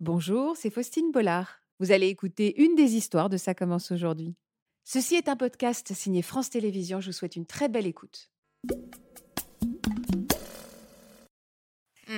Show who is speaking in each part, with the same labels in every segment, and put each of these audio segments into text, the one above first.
Speaker 1: Bonjour, c'est Faustine Bollard. Vous allez écouter une des histoires de Ça commence aujourd'hui. Ceci est un podcast signé France Télévisions. Je vous souhaite une très belle écoute.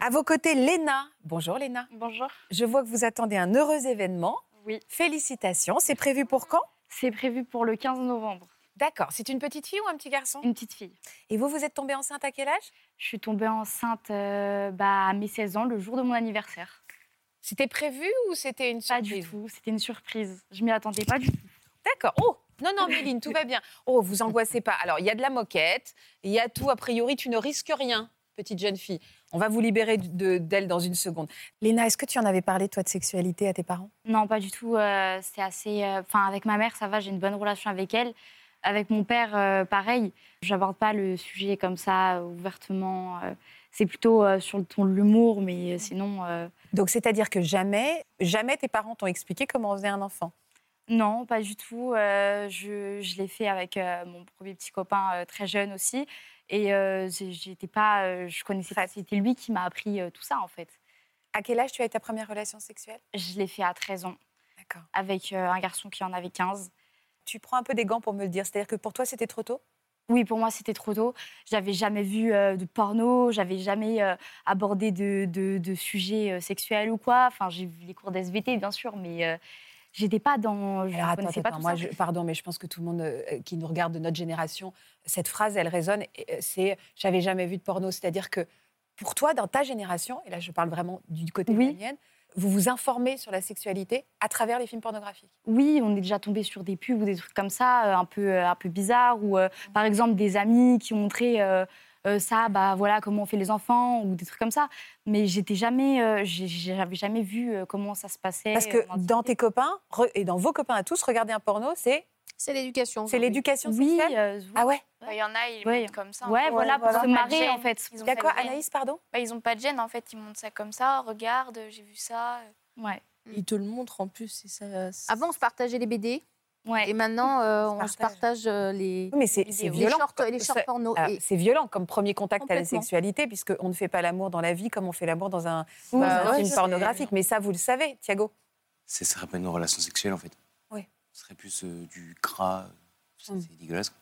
Speaker 1: À vos côtés, Léna. Bonjour Léna.
Speaker 2: Bonjour.
Speaker 1: Je vois que vous attendez un heureux événement.
Speaker 2: Oui.
Speaker 1: Félicitations. C'est prévu pour quand
Speaker 2: C'est prévu pour le 15 novembre.
Speaker 1: D'accord. C'est une petite fille ou un petit garçon
Speaker 2: Une petite fille.
Speaker 1: Et vous, vous êtes tombée enceinte à quel âge
Speaker 2: Je suis tombée enceinte euh, bah, à mes 16 ans, le jour de mon anniversaire.
Speaker 3: C'était prévu ou c'était une
Speaker 2: Pas
Speaker 3: surprise
Speaker 2: du tout, c'était une surprise. Je m'y attendais pas du tout.
Speaker 3: D'accord. Oh non, non, Méline, tout va bien. Oh, vous angoissez pas. Alors, il y a de la moquette, il y a tout. A priori, tu ne risques rien, petite jeune fille. On va vous libérer de- d'elle dans une seconde.
Speaker 4: Léna, est-ce que tu en avais parlé, toi, de sexualité à tes parents
Speaker 2: Non, pas du tout. euh, c'est assez. Enfin, avec ma mère, ça va, j'ai une bonne relation avec elle. Avec mon père, euh, pareil. J'aborde pas le sujet comme ça, euh, ouvertement. euh, c'est plutôt euh, sur le ton de l'humour, mais euh, sinon, euh,
Speaker 4: Donc, c'est-à-dire que jamais, jamais tes parents t'ont expliqué comment on faisait un enfant.
Speaker 2: Non, pas du tout. Euh, je je l'ai fait avec euh, mon premier petit copain euh, très jeune aussi. Et euh, j'ai- j'étais pas, euh, je connaissais pas. C'était lui qui m'a appris euh, tout ça en fait.
Speaker 4: À quel âge tu as eu ta première relation sexuelle
Speaker 2: Je l'ai fait à 13 ans
Speaker 4: D'accord.
Speaker 2: avec euh, un garçon qui en avait 15.
Speaker 4: Tu prends un peu des gants pour me le dire. C'est-à-dire que pour toi, c'était trop tôt
Speaker 2: Oui, pour moi c'était trop tôt. J'avais jamais vu euh, de porno, j'avais jamais euh, abordé de, de, de sujets euh, sexuels ou quoi. Enfin, j'ai vu les cours d'SVT bien sûr, mais euh, j'étais pas dans. Je
Speaker 4: Alors, attends,
Speaker 2: connaissais
Speaker 4: attends,
Speaker 2: pas tout
Speaker 4: moi,
Speaker 2: ça.
Speaker 4: je-
Speaker 3: Pardon, mais je pense que tout le monde euh, qui nous regarde de notre génération, cette phrase, elle résonne. et, euh, C'est j'avais jamais vu de porno. C'est-à-dire que pour toi, dans ta génération, et là, je parle vraiment du côté de
Speaker 2: Oui.
Speaker 3: la mienne, vous vous informez sur la sexualité à travers les films pornographiques.
Speaker 2: Oui, on est déjà tombé sur des pubs ou des trucs comme ça, euh, un peu, euh, un peu bizarres, ou euh, par exemple des amis qui ont montré euh, euh, ça, bah voilà comment on fait les enfants ou des trucs comme ça. Mais j'étais jamais, euh, j'ai- j'avais jamais vu euh, comment ça se passait.
Speaker 4: Parce
Speaker 2: euh,
Speaker 4: que
Speaker 2: en
Speaker 4: dans
Speaker 2: intimité.
Speaker 4: tes copains re- et dans vos copains à tous, regarder un porno, c'est
Speaker 5: C'est l'éducation.
Speaker 4: c'est
Speaker 5: aujourd'hui.
Speaker 4: l'éducation
Speaker 2: oui,
Speaker 4: sexuelle
Speaker 2: euh,
Speaker 4: Ah ouais
Speaker 5: Bah, Il y en a, ils
Speaker 2: Ouais.
Speaker 5: montent comme ça.
Speaker 2: ouais,
Speaker 4: ouais,
Speaker 2: voilà, pour
Speaker 4: voilà.
Speaker 2: se
Speaker 5: Ils ont pas de
Speaker 2: marrer en
Speaker 5: gêne,
Speaker 2: fait.
Speaker 5: Ils ont
Speaker 4: Il y a
Speaker 5: pas
Speaker 4: quoi,
Speaker 5: de gêne.
Speaker 4: Anaïs, pardon
Speaker 5: Bah, Ils ont pas de gêne, en fait. Ils montent ça comme ça. Regarde, j'ai vu ça. euh.
Speaker 2: Ouais,
Speaker 6: Il te le montre en plus. Et ça, ça-
Speaker 5: Avant, on se partageait les BD.
Speaker 2: ouais.
Speaker 5: Et maintenant, euh, on se
Speaker 4: partage.
Speaker 5: partage euh, les,
Speaker 4: Oui, Mais c'est
Speaker 5: les
Speaker 4: c'est
Speaker 5: vidéos. les
Speaker 4: violent.
Speaker 5: shorts, les shorts
Speaker 4: Ça- ah.
Speaker 5: porno.
Speaker 4: Alors,
Speaker 5: Et-
Speaker 4: C'est violent comme premier contact à la
Speaker 5: Complètement.
Speaker 4: sexualité, puisqu'on ne fait pas l'amour dans la vie comme on fait l'amour dans un,
Speaker 2: Oui, bah
Speaker 4: dans un
Speaker 2: ouais,
Speaker 4: film
Speaker 2: je-
Speaker 4: pornographique. Mais ça, vous le savez, Thiago.
Speaker 7: Ce serait pas une relation sexuelle en fait.
Speaker 4: Ouais.
Speaker 7: Ce serait plus euh, du gras. euh, ça,
Speaker 4: Mm.
Speaker 7: C'est dégueulasse. quoi.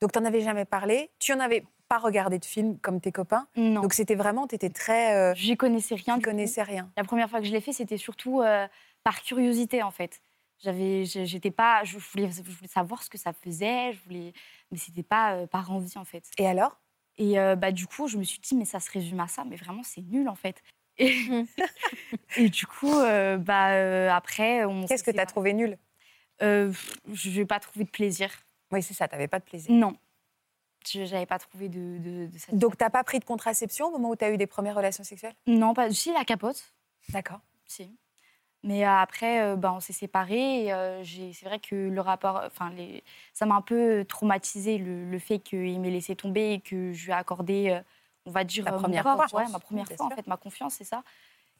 Speaker 4: Donc, tu n'en avais jamais parlé. Tu n'en avais pas regardé de film comme tes copains.
Speaker 2: Non,
Speaker 4: Donc, c'était vraiment, tu étais très. euh,
Speaker 2: j'y connaissais
Speaker 4: tu
Speaker 2: rien.
Speaker 4: ne
Speaker 2: du tout.
Speaker 4: connaissais rien.
Speaker 2: La première fois que je l'ai fait, c'était surtout euh, par curiosité en fait. J'avais, j'ai- j'étais pas, je voulais, je voulais savoir ce que ça faisait, je voulais, mais c'était pas euh, par envie en fait.
Speaker 4: Et alors
Speaker 2: Et euh, bah du coup, je me suis dit mais ça se résume à ça, mais vraiment c'est nul en fait. Et,
Speaker 4: Mmh.
Speaker 2: et du coup, euh, bah euh, après, on.
Speaker 4: Qu'est-ce que
Speaker 2: s'est
Speaker 4: tu as
Speaker 2: séparés.
Speaker 4: trouvé nul
Speaker 2: Euh, pff, Je n'ai pas trouvé de plaisir.
Speaker 4: Oui, c'est ça, tu n'avais pas de plaisir.
Speaker 2: Non, je n'avais pas trouvé de. de, de satisfaction.
Speaker 4: Donc, tu n'as pas pris de contraception au moment où tu as eu des premières relations sexuelles
Speaker 2: non, pas. Si la capote.
Speaker 4: D'accord.
Speaker 2: Si. Mais euh, après, euh, bah, on s'est séparés. et, euh, j'ai- c'est vrai que le rapport, enfin, les... ça m'a un peu traumatisé le, le fait qu'il m'ait laissé tomber et que je lui ai accordé, euh, on va dire,
Speaker 4: Ta
Speaker 2: euh, mon
Speaker 4: première
Speaker 2: corps,
Speaker 4: fois,
Speaker 2: ouais,
Speaker 4: je
Speaker 2: ma
Speaker 4: pense.
Speaker 2: première
Speaker 4: Bien
Speaker 2: fois, en
Speaker 4: sûr.
Speaker 2: fait, ma confiance, c'est ça.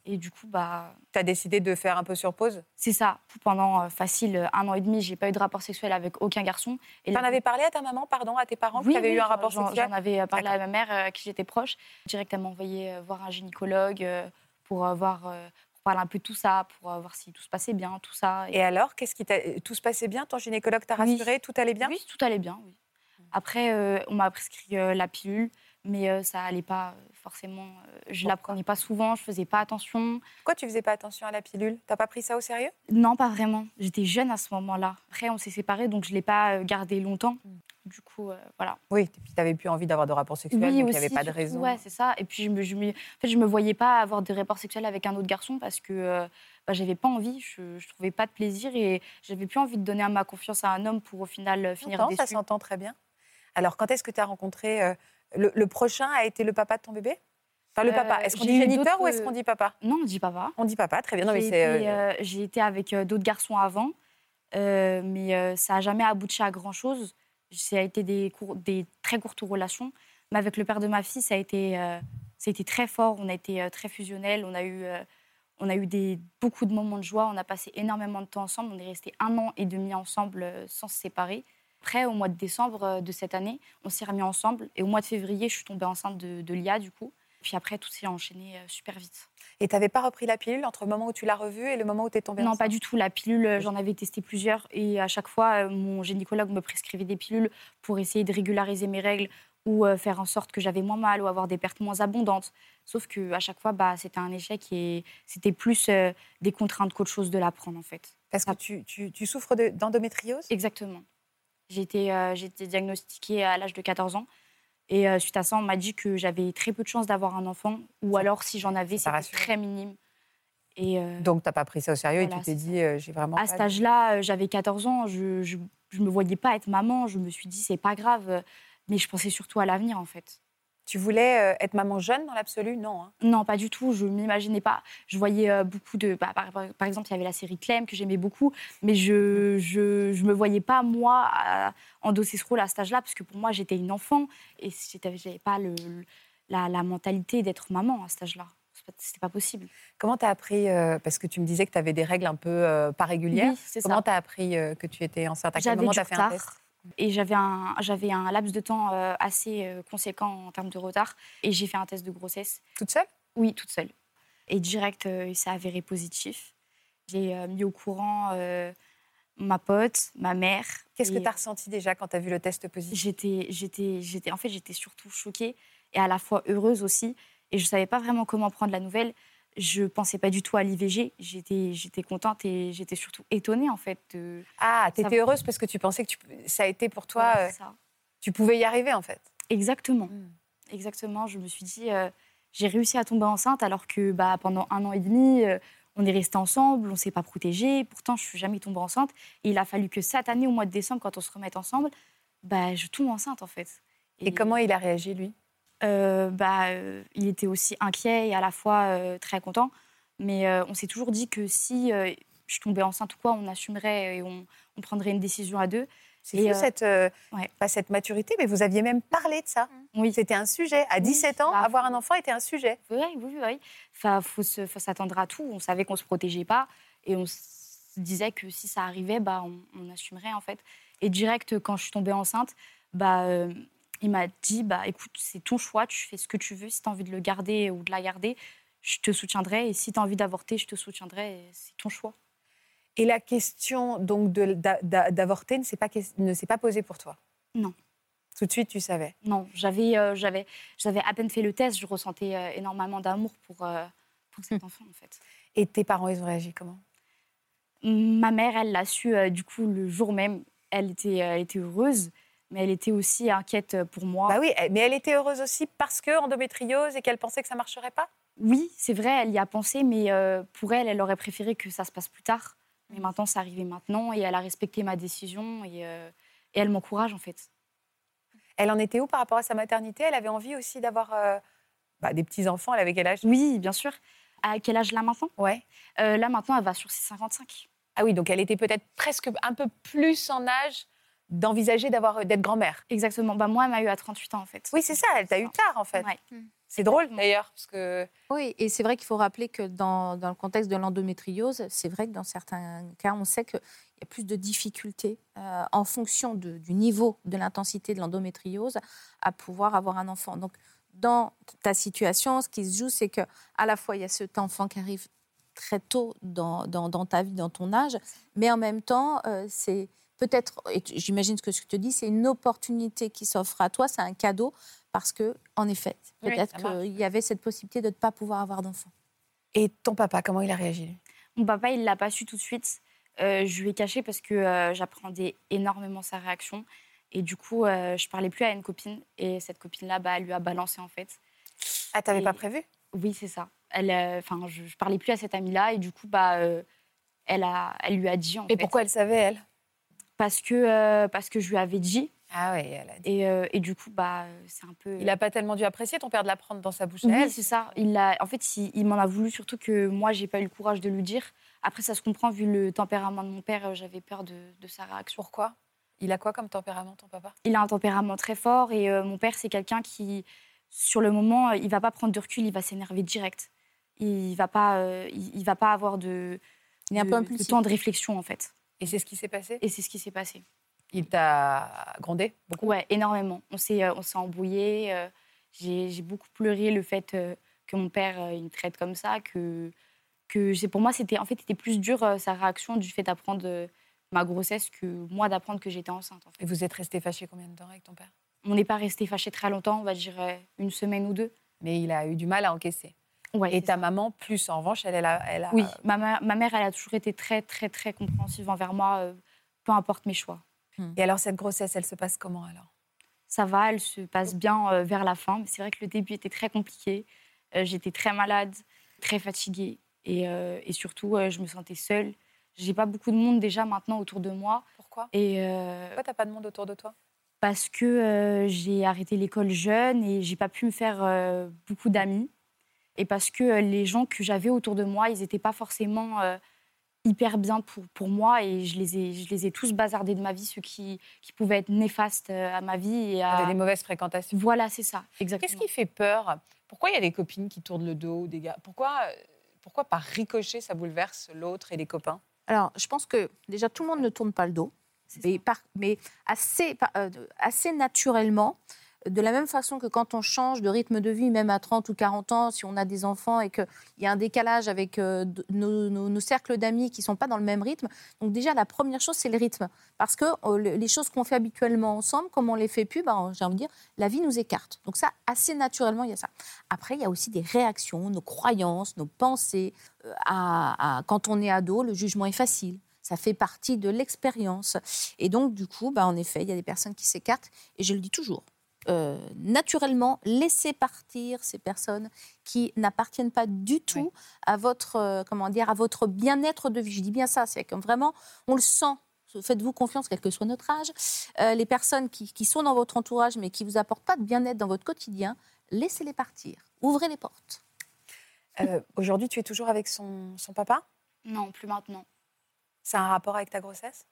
Speaker 2: Et du coup, bah,
Speaker 4: Tu as décidé de faire un peu sur pause
Speaker 2: c'est ça. Pendant euh, facile euh, un an et demi, j'ai pas eu de rapport sexuel avec aucun garçon. Et
Speaker 4: Tu en
Speaker 2: la-
Speaker 4: avais parlé à ta maman, pardon, à tes parents,
Speaker 2: Oui,
Speaker 4: que tu avais
Speaker 2: oui,
Speaker 4: eu un
Speaker 2: j'en-
Speaker 4: rapport
Speaker 2: j'en-
Speaker 4: sexuel
Speaker 2: J'en avais parlé à ma mère, euh, à qui j'étais proche. Directement envoyé euh, voir un gynécologue euh, pour, euh, voir, euh, pour parler un peu de tout ça, pour euh, voir si tout se passait bien, tout ça.
Speaker 4: Et alors, qu'est-ce qui t'a- tout se passait bien Ton gynécologue t'a
Speaker 2: Oui.
Speaker 4: rassuré Tout allait bien
Speaker 2: Oui, tout allait bien, oui. Après, euh, on m'a prescrit euh, la pilule, mais euh, ça allait pas euh, forcément. euh, je la prenais pas souvent, je faisais pas attention.
Speaker 4: Pourquoi tu faisais pas attention à la pilule T'as pas pris ça au sérieux
Speaker 2: Non, pas vraiment. J'étais jeune à ce moment-là. Après, on s'est séparés, donc je l'ai pas euh, gardé longtemps. Du coup, euh, voilà.
Speaker 4: Oui, et puis t'avais plus envie d'avoir de rapport sexuel, donc il n'y avait pas de
Speaker 2: surtout,
Speaker 4: raison.
Speaker 2: Ouais, c'est ça. Et puis, je me, je me- en fait, je me voyais pas avoir de rapport sexuel avec un autre garçon parce que euh, bah, j'avais pas envie. Je, je trouvais pas de plaisir et j'avais plus envie de donner ma confiance à un homme pour au final euh, finir
Speaker 4: J'entends, ça
Speaker 2: déçue.
Speaker 4: s'entend très bien. Alors, quand est-ce que tu as rencontré euh, le, le prochain a été le papa de ton bébé Enfin, le
Speaker 2: Euh,
Speaker 4: papa. Est-ce qu'on
Speaker 2: j'ai
Speaker 4: dit
Speaker 2: eu
Speaker 4: géniteur
Speaker 2: d'autres-
Speaker 4: ou est-ce qu'on dit papa
Speaker 2: Non, on dit pas va.
Speaker 4: On dit papa, très bien. Non, mais
Speaker 2: J'ai
Speaker 4: c'est. euh,
Speaker 2: été, euh, j'ai été avec euh, d'autres garçons avant, euh, mais euh, ça n'a jamais abouti à grand-chose. Ça a été des, cour- des très courtes relations. Mais avec le père de ma fille, ça a été, euh, ça a été très fort. On a été euh, très fusionnels. On a eu, euh, on a eu des, beaucoup de moments de joie. On a passé énormément de temps ensemble. On est resté un an et demi ensemble euh, sans se séparer. Après, au mois de décembre euh, de cette année, on s'est remis ensemble. Et au mois de février, je suis tombée enceinte de, de Lia, du coup. Puis après, tout s'est enchaîné euh, super vite.
Speaker 4: Et tu n'avais pas repris la pilule entre le moment où tu l'as revue et le moment où tu es tombée
Speaker 2: Non, pas du tout. La pilule, euh, j'en avais testé plusieurs et à chaque fois, euh, mon gynécologue me prescrivait des pilules pour essayer de régulariser mes règles ou euh, faire en sorte que j'avais moins mal ou avoir des pertes moins abondantes. Sauf que à chaque fois, bah, c'était un échec et c'était plus euh, des contraintes qu'autre chose de la prendre en fait.
Speaker 4: Parce que tu, tu- tu souffres de- d'endométriose
Speaker 2: Exactement. J'ai été, euh, j'ai été diagnostiquée à l'âge de 14 ans. Et euh, suite à ça, on m'a dit que j'avais très peu de chances d'avoir un enfant. Ou alors, si j'en avais,
Speaker 4: Ça
Speaker 2: c'était
Speaker 4: rassure.
Speaker 2: très minime. Et euh,
Speaker 4: Donc, tu n'as pas pris ça au sérieux et
Speaker 2: Voilà,
Speaker 4: tu t'es
Speaker 2: c'est
Speaker 4: dit, euh, j'ai vraiment.
Speaker 2: à
Speaker 4: pas
Speaker 2: cet
Speaker 4: de-
Speaker 2: âge-là, euh, j'avais 14 ans. Je, je, je me voyais pas être maman. Je me suis dit, c'est pas grave. euh, Mais je pensais surtout à l'avenir, en fait.
Speaker 4: Tu voulais euh, être maman jeune dans l'absolu Non. hein.
Speaker 2: Non, pas du tout. Je m'imaginais pas. Je voyais euh, beaucoup de. bah, par, par- par exemple, il y avait la série Clem que j'aimais beaucoup, mais je, je, je me voyais pas moi à- endosser ce rôle à cet âge-là, parce que pour moi, j'étais une enfant et j'étais- j'avais pas le, le- la, la mentalité d'être maman à cet âge-là. C'est pas- C'était pas possible.
Speaker 4: Comment tu as appris euh, Parce que tu me disais que tu avais des règles un peu euh, pas régulières.
Speaker 2: Oui, c'est ça.
Speaker 4: Comment tu as appris euh, que tu étais enceinte À quel
Speaker 2: J'avais
Speaker 4: moment
Speaker 2: du
Speaker 4: tu as fait un
Speaker 2: retard
Speaker 4: test
Speaker 2: et j'avais un, j'avais un laps de temps euh, assez euh, conséquent en termes de retard et j'ai fait un test de grossesse
Speaker 4: Toute seule
Speaker 2: Oui, toute seule. Et direct, euh, il s'est avéré positif. J'ai euh, mis au courant euh, ma pote, ma mère.
Speaker 4: Qu'est-ce que
Speaker 2: Et,
Speaker 4: tu as ressenti déjà quand tu as vu le test
Speaker 2: euh,
Speaker 4: positif
Speaker 2: J'étais, j'étais, j'étais, en fait, j'étais surtout choquée et à la fois heureuse aussi. Et je savais pas vraiment comment prendre la nouvelle. Je pensais pas du tout à l'IVG. J'étais, j'étais contente et j'étais surtout étonnée en fait. De...
Speaker 4: Ah, tu
Speaker 2: Ça-
Speaker 4: étais heureuse parce que tu pensais que tu- ça a été pour toi,
Speaker 2: Voilà,
Speaker 4: euh,
Speaker 2: ça.
Speaker 4: tu pouvais y arriver en fait.
Speaker 2: Exactement.
Speaker 4: Mm.
Speaker 2: Exactement. Je me suis dit, euh, j'ai réussi à tomber enceinte alors que bah, pendant un an et demi, euh, on est restés ensemble, on s'est pas protégés. Pourtant, je suis jamais tombée enceinte. Et il a fallu que cette année, au mois de décembre, quand on se remette ensemble, bah, je tombe enceinte en fait.
Speaker 4: Et comment il a réagi lui
Speaker 2: euh, bah, euh, Il était aussi inquiet et à la fois euh, très content. Mais euh, on s'est toujours dit que si euh, je tombais enceinte ou quoi, on assumerait et on, on prendrait une décision à deux.
Speaker 4: C'est
Speaker 2: Et,
Speaker 4: fou
Speaker 2: euh,
Speaker 4: cette, euh,
Speaker 2: ouais.
Speaker 4: pas cette maturité, mais vous aviez même parlé de ça.
Speaker 2: Oui.
Speaker 4: C'était un sujet. À
Speaker 2: Oui,
Speaker 4: 17 ans,
Speaker 2: bah,
Speaker 4: avoir
Speaker 2: faut-
Speaker 4: un enfant était un sujet.
Speaker 2: Oui, oui, oui, oui. Enfin, faut se- faut s'attendre à tout. On savait qu'on se protégeait pas et on se disait que si ça arrivait, bah, on, on assumerait en fait. Et direct, quand je suis tombée enceinte, bah, euh, il m'a dit, bah, écoute, c'est ton choix. Tu fais ce que tu veux. Si tu as envie de le garder ou de la garder, je te soutiendrai. Et si tu as envie d'avorter, je te soutiendrai. Et C'est ton choix.
Speaker 4: Et la question donc de- d'a- d'a- d'avorter ne s'est pas ques- ne s'est pas posée pour toi.
Speaker 2: Non.
Speaker 4: Tout de suite, tu savais.
Speaker 2: Non, j'avais, euh, j'avais, j'avais à peine fait le test. Je ressentais euh, énormément d'amour pour euh, pour cet enfant en fait.
Speaker 4: Et tes parents, ils ont réagi comment
Speaker 2: Ma mère, elle l'a su euh, du coup le jour même. Elle était, euh, elle était heureuse, mais elle était aussi inquiète euh, pour moi.
Speaker 4: Bah oui, elle- mais elle était heureuse aussi parce que endométriose et qu'elle pensait que ça marcherait pas.
Speaker 2: Oui, c'est vrai, elle y a pensé, mais euh, pour elle, elle aurait préféré que ça se passe plus tard.
Speaker 4: Mmh.
Speaker 2: Mais maintenant, c'est arrivé maintenant, et elle a respecté ma décision et, euh, et elle m'encourage en fait.
Speaker 4: Elle en était où par rapport à sa maternité Elle avait envie aussi d'avoir euh, bah, des petits enfants. Elle avait quel âge
Speaker 2: Oui, bien sûr. À quel âge là maintenant
Speaker 4: Ouais.
Speaker 2: Euh, Là maintenant, elle va sur ses 55.
Speaker 4: Ah oui, donc elle était peut-être presque un peu plus en âge d'envisager d'avoir euh, d'être grand-mère.
Speaker 2: Exactement. Bah moi, elle m'a eu à 38 ans en fait.
Speaker 4: Oui, c'est ça. Elle t'a eu tard en fait.
Speaker 2: Ouais.
Speaker 4: C'est drôle d'ailleurs parce que
Speaker 6: Oui, et c'est vrai qu'il faut rappeler que dans, dans le contexte de l'endométriose, c'est vrai que dans certains cas, on sait qu'il y a plus de difficultés euh, en fonction de- du niveau de l'intensité de l'endométriose à pouvoir avoir un enfant. Donc, dans ta situation, ce qui se joue, c'est que à la fois, il y a cet enfant qui arrive très tôt dans, dans- dans ta vie, dans ton âge, mais en même temps, euh, c'est peut-être, et tu- j'imagine ce que je te dis, c'est une opportunité qui s'offre à toi, c'est un cadeau, parce que, en effet,
Speaker 4: Oui,
Speaker 6: peut-être
Speaker 4: ça marche.
Speaker 6: qu'il y avait cette possibilité de ne pas pouvoir avoir d'enfant.
Speaker 4: et ton papa comment il a réagi lui
Speaker 2: Mon papa, il l'a pas su tout de suite. Euh, je lui ai caché parce que euh, j'appréhendais énormément sa réaction. Et du coup, euh, je parlais plus à une copine. Et cette copine-là, bah, elle lui a balancé en fait.
Speaker 4: Ah, t'avais
Speaker 2: Et-
Speaker 4: pas prévu
Speaker 2: Oui, c'est ça. Elle, euh, enfin, je, je parlais plus à cette amie-là. Et du coup, bah, euh, elle a, elle lui a dit en
Speaker 4: Et
Speaker 2: fait.
Speaker 4: pourquoi elle savait elle
Speaker 2: Parce que, euh, parce que je lui avais dit.
Speaker 4: Ah oui, elle a dit.
Speaker 2: Et, euh, et du coup, bah, euh, c'est un peu.
Speaker 4: Il n'a pas tellement dû apprécier ton père de la prendre dans sa bouche. à
Speaker 2: Oui,
Speaker 4: elle.
Speaker 2: c'est ça. Il a... En fait, il, il m'en a voulu, surtout que moi, j'ai pas eu le courage de lui dire. Après, ça se comprend, vu le tempérament de mon père, euh, j'avais peur de, de sa réaction.
Speaker 4: Pourquoi Il a quoi comme tempérament ton papa
Speaker 2: il a un tempérament très fort et euh, mon père c'est quelqu'un qui sur le moment euh, il va pas prendre de recul il va s'énerver direct il va pas euh, il, il va pas avoir de
Speaker 6: Il est un
Speaker 2: de-
Speaker 6: peu
Speaker 2: de
Speaker 6: impulsif.
Speaker 2: temps de réflexion en fait
Speaker 4: Et c'est ce qui s'est passé
Speaker 2: et c'est ce qui s'est passé
Speaker 4: Il t'a grondé beaucoup
Speaker 2: ouais énormément on s'est euh, on s'est embrouillé euh, j'ai j'ai beaucoup pleuré le fait euh, que mon père euh, il me traite comme ça, que, que c'est- pour moi, c'était en fait, c'était plus dur euh, sa réaction du fait d'apprendre euh, ma grossesse que moi d'apprendre que j'étais enceinte. en fait.
Speaker 4: Et vous êtes resté fâché combien de temps avec ton père
Speaker 2: On n'est pas resté fâchés très longtemps, on va dire euh, une semaine ou deux.
Speaker 4: Mais il a eu du mal à encaisser.
Speaker 2: Ouais,
Speaker 4: Et
Speaker 2: c'est
Speaker 4: ta
Speaker 2: ça.
Speaker 4: maman, plus en revanche, elle, elle a. elle a-
Speaker 2: Oui, Euh, ma, ma- ma mère, elle a toujours été très, très, très compréhensive envers moi, euh, peu importe mes choix.
Speaker 4: Et alors, cette grossesse, elle se passe comment alors
Speaker 2: Ça va, elle se passe bien euh, vers la fin, mais c'est vrai que le début était très compliqué. Euh, J'étais très malade, très fatiguée, et, euh, et surtout, euh, je me sentais seule. J'ai pas beaucoup de monde déjà maintenant autour de moi,
Speaker 4: Pourquoi
Speaker 2: et euh,
Speaker 4: Pourquoi t'as pas de monde autour de toi
Speaker 2: parce que euh, j'ai arrêté l'école jeune et j'ai pas pu me faire euh, beaucoup d'amis, et parce que euh, les gens que j'avais autour de moi, ils n'étaient pas forcément euh, hyper bien pour, pour moi, et je les, ai, je les ai tous bazardés de ma vie, ceux qui, qui pouvaient être néfastes euh, à ma vie et à...
Speaker 4: T'avais Ah, des mauvaises fréquentations.
Speaker 2: Voilà, c'est ça, exactement.
Speaker 3: Qu'est-ce qui fait peur Pourquoi il y a des copines qui tournent le dos, des gars Pourquoi, euh, pourquoi par ricochet ça bouleverse l'autre et les copains
Speaker 6: Alors, je pense que déjà, tout le monde ne tourne pas le dos,
Speaker 2: C'est
Speaker 6: mais, par- mais assez, par- euh, assez naturellement. euh, De la même façon que quand on change de rythme de vie, même à 30 ou 40 ans, si on a des enfants et qu'il y a un décalage avec euh, de- nos, nos- nos cercles d'amis qui ne sont pas dans le même rythme, donc déjà la première chose c'est le rythme. Parce que euh, le- les choses qu'on fait habituellement ensemble, comme on les fait plus, ben, j'ai envie de dire, la vie nous écarte. Donc ça, assez naturellement, il y a ça. Après, il y a aussi des réactions, nos croyances, nos pensées. Euh, à- à- quand on est ado, le jugement est facile. Ça fait partie de l'expérience. Et donc, du coup, bah, en effet, il y a des personnes qui s'écartent. Et je le dis toujours, euh, naturellement, laissez partir ces personnes qui n'appartiennent pas du tout à votre, euh, comment dire, à votre bien-être de vie. Je dis bien ça, c'est comme vraiment, on le sent. Faites-vous confiance, quel que soit notre âge. Euh, les personnes qui, qui sont dans votre entourage, mais qui vous apportent pas de bien-être dans votre quotidien, laissez-les partir. Ouvrez les portes.
Speaker 4: Euh, Aujourd'hui, tu es toujours avec son, son papa
Speaker 2: Non, plus maintenant.
Speaker 4: C'est un rapport avec ta grossesse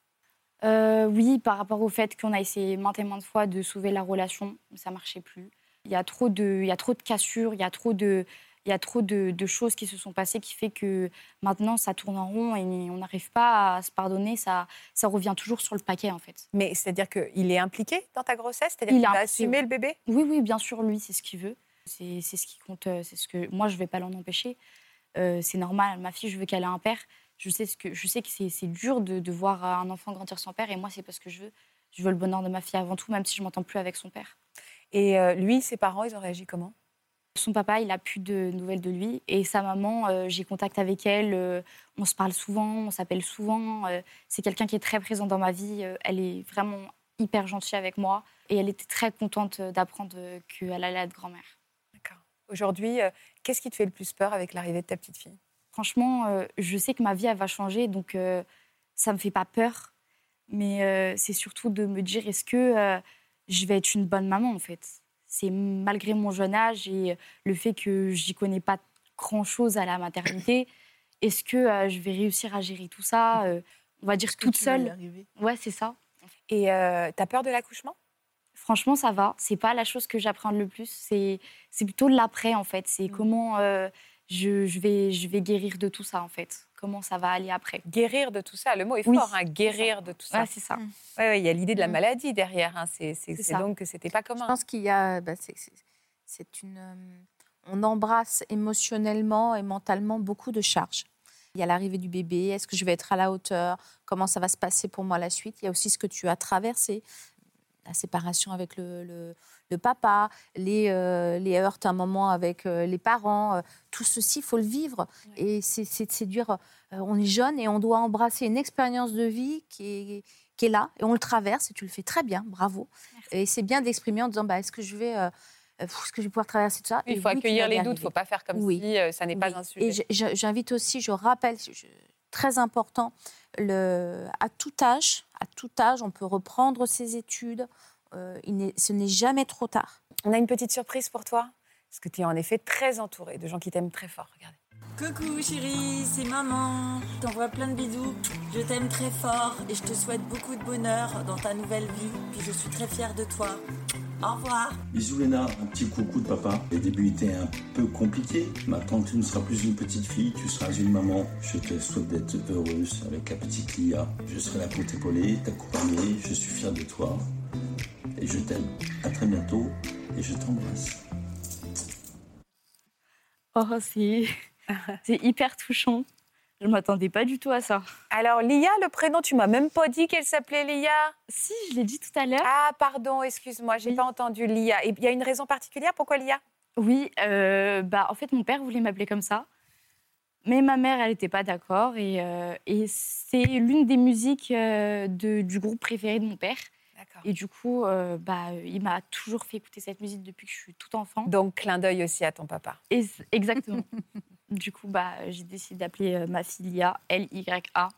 Speaker 2: Euh, oui, par rapport au fait qu'on a essayé maintes et maintes fois de sauver la relation, mais ça marchait plus. Il y a trop de, il y a trop de cassures, il y a trop de, il y a trop de, de choses qui se sont passées qui fait que maintenant ça tourne en rond et on n'arrive pas à se pardonner. Ça, ça revient toujours sur le paquet en fait.
Speaker 4: Mais c'est-à-dire qu'il est impliqué dans ta grossesse C'est-à-dire
Speaker 2: Il
Speaker 4: qu'il
Speaker 2: a
Speaker 4: a
Speaker 2: impliqué,
Speaker 4: assumé
Speaker 2: oui.
Speaker 4: le bébé
Speaker 2: Oui, oui, bien sûr, lui, c'est ce qu'il veut. C'est c'est ce qui compte. euh, C'est ce que moi, je vais pas l'en empêcher. Euh, c'est normal. Ma fille, je veux qu'elle ait un père. Je sais ce que je sais que c'est c'est dur de, de voir un enfant grandir sans père. Et moi, c'est parce que je veux. Je veux le bonheur de ma fille avant tout, même si je m'entends plus avec son père.
Speaker 4: Et euh, lui, ses parents, ils ont réagi comment
Speaker 2: Son papa, il a plus de nouvelles de lui. Et sa maman, euh, j'ai contact avec elle. euh, on se parle souvent, on s'appelle souvent. euh, c'est quelqu'un qui est très présent dans ma vie. euh, elle est vraiment hyper gentille avec moi. Et elle était très contente euh, d'apprendre euh, qu'elle allait être grand-mère.
Speaker 4: Aujourd'hui, euh, qu'est-ce qui te fait le plus peur avec l'arrivée de ta petite fille
Speaker 2: franchement, euh, je sais que ma vie, elle va changer, donc euh, ça me fait pas peur. Mais euh, c'est surtout de me dire, est-ce que euh, je vais être une bonne maman, en fait C'est malgré mon jeune âge et euh, le fait que j'y connais pas grand-chose à la maternité, est-ce que euh, je vais réussir à gérer tout ça euh, On va dire toute seule. Ouais, c'est ça.
Speaker 4: Et euh, t'as peur de l'accouchement
Speaker 2: Franchement, ça va. C'est pas la chose que j'appréhende le plus. C'est c'est plutôt l'après en fait. C'est comment euh, je, je vais je vais guérir de tout ça en fait. Comment ça va aller après.
Speaker 4: Guérir de tout ça, le mot est
Speaker 2: Oui.
Speaker 4: fort, hein, guérir de tout ça.
Speaker 2: Ouais, c'est ça. Mm.
Speaker 4: Ouais, ouais, il y a l'idée de la
Speaker 6: Mm.
Speaker 4: maladie derrière. hein, C'est c'est-
Speaker 2: C'est
Speaker 4: c'est
Speaker 2: ça.
Speaker 4: donc que c'était pas
Speaker 6: Je
Speaker 4: commun.
Speaker 6: pense qu'il y a. bah, c'est- c'est- c'est une. euh, on embrasse émotionnellement et mentalement beaucoup de charges. Il y a l'arrivée du bébé. Est-ce que je vais être à la hauteur Comment ça va se passer pour moi la suite Il y a aussi ce que tu as traversé la séparation avec le, le- le papa, les, euh, les heurts à un moment avec euh, les parents. euh, tout ceci, il faut le vivre. Et c'est- c'est c'est dur. Euh, on est jeune et on doit embrasser une expérience de vie qui est, qui est là. Et on le traverse et tu le fais très bien. Bravo. Et c'est bien d'exprimer en disant bah, est-ce que je vais. euh, euh, pff, est-ce que je vais pouvoir traverser tout ça
Speaker 4: Il
Speaker 6: Et
Speaker 4: faut
Speaker 6: oui, tu vas
Speaker 4: accueillir
Speaker 6: y
Speaker 4: les doutes,
Speaker 6: arriver.
Speaker 4: il faut pas faire comme
Speaker 6: Oui.
Speaker 4: si euh, ça n'est
Speaker 6: Oui.
Speaker 4: pas un sujet.
Speaker 6: Et je- je- j'invite aussi, je rappelle, je- je- très important, le, à tout âge, à tout âge, on peut reprendre ses études. euh, il n'est- ce n'est jamais trop tard.
Speaker 4: On a une petite surprise pour toi, parce que tu es en effet très entourée de gens qui t'aiment très fort. Regardez.
Speaker 8: Coucou chérie, c'est maman. Je t'envoie plein de bisous. Je t'aime très fort et je te souhaite beaucoup de bonheur dans ta nouvelle vie. Puis je suis très fière de toi. Au revoir.
Speaker 9: Bisous Léna, un petit coucou de papa. Les débuts étaient un peu compliqués. Maintenant, tu ne seras plus une petite fille, tu seras une maman. Je te souhaite d'être heureuse avec la petite Lia. Je serai là pour t'épauler, t'accompagner. Je suis fier de toi. Et je t'aime. À très bientôt. Et je t'embrasse.
Speaker 2: Oh, c'est c'est hyper touchant. Je m'attendais pas du tout à ça.
Speaker 4: Alors, Lia, le prénom, tu m'as même pas dit qu'elle s'appelait Lia.
Speaker 2: Si, je l'ai dit tout à l'heure.
Speaker 4: Ah, pardon, excuse-moi, j'ai
Speaker 2: Oui.
Speaker 4: pas entendu Lia. Et il y a une raison particulière pourquoi Lia
Speaker 2: Oui, euh, bah, en fait, mon père voulait m'appeler comme ça. Mais ma mère, elle n'était pas d'accord. Et, euh, et c'est l'une des musiques euh, de- du groupe préféré de mon père.
Speaker 4: D'accord.
Speaker 2: Et du coup, euh, bah, il m'a toujours fait écouter cette musique depuis que je suis tout enfant.
Speaker 4: Donc, clin d'œil aussi à ton papa.
Speaker 2: Et c- exactement. du coup, bah, j'ai décidé d'appeler euh, ma fille Lia, L-Y-A.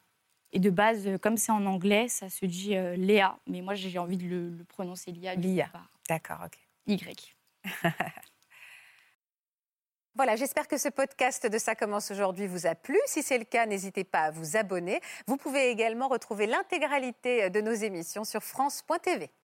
Speaker 2: Et de base, euh, comme c'est en anglais, ça se dit euh, Léa. Mais moi, j'ai envie de le, le prononcer Lia. du coup,
Speaker 4: Lia.
Speaker 2: bah,
Speaker 4: D'accord, ok.
Speaker 2: Y.
Speaker 1: Voilà, j'espère que ce podcast de Ça commence aujourd'hui vous a plu. Si c'est le cas, n'hésitez pas à vous abonner. Vous pouvez également retrouver l'intégralité de nos émissions sur France.tv.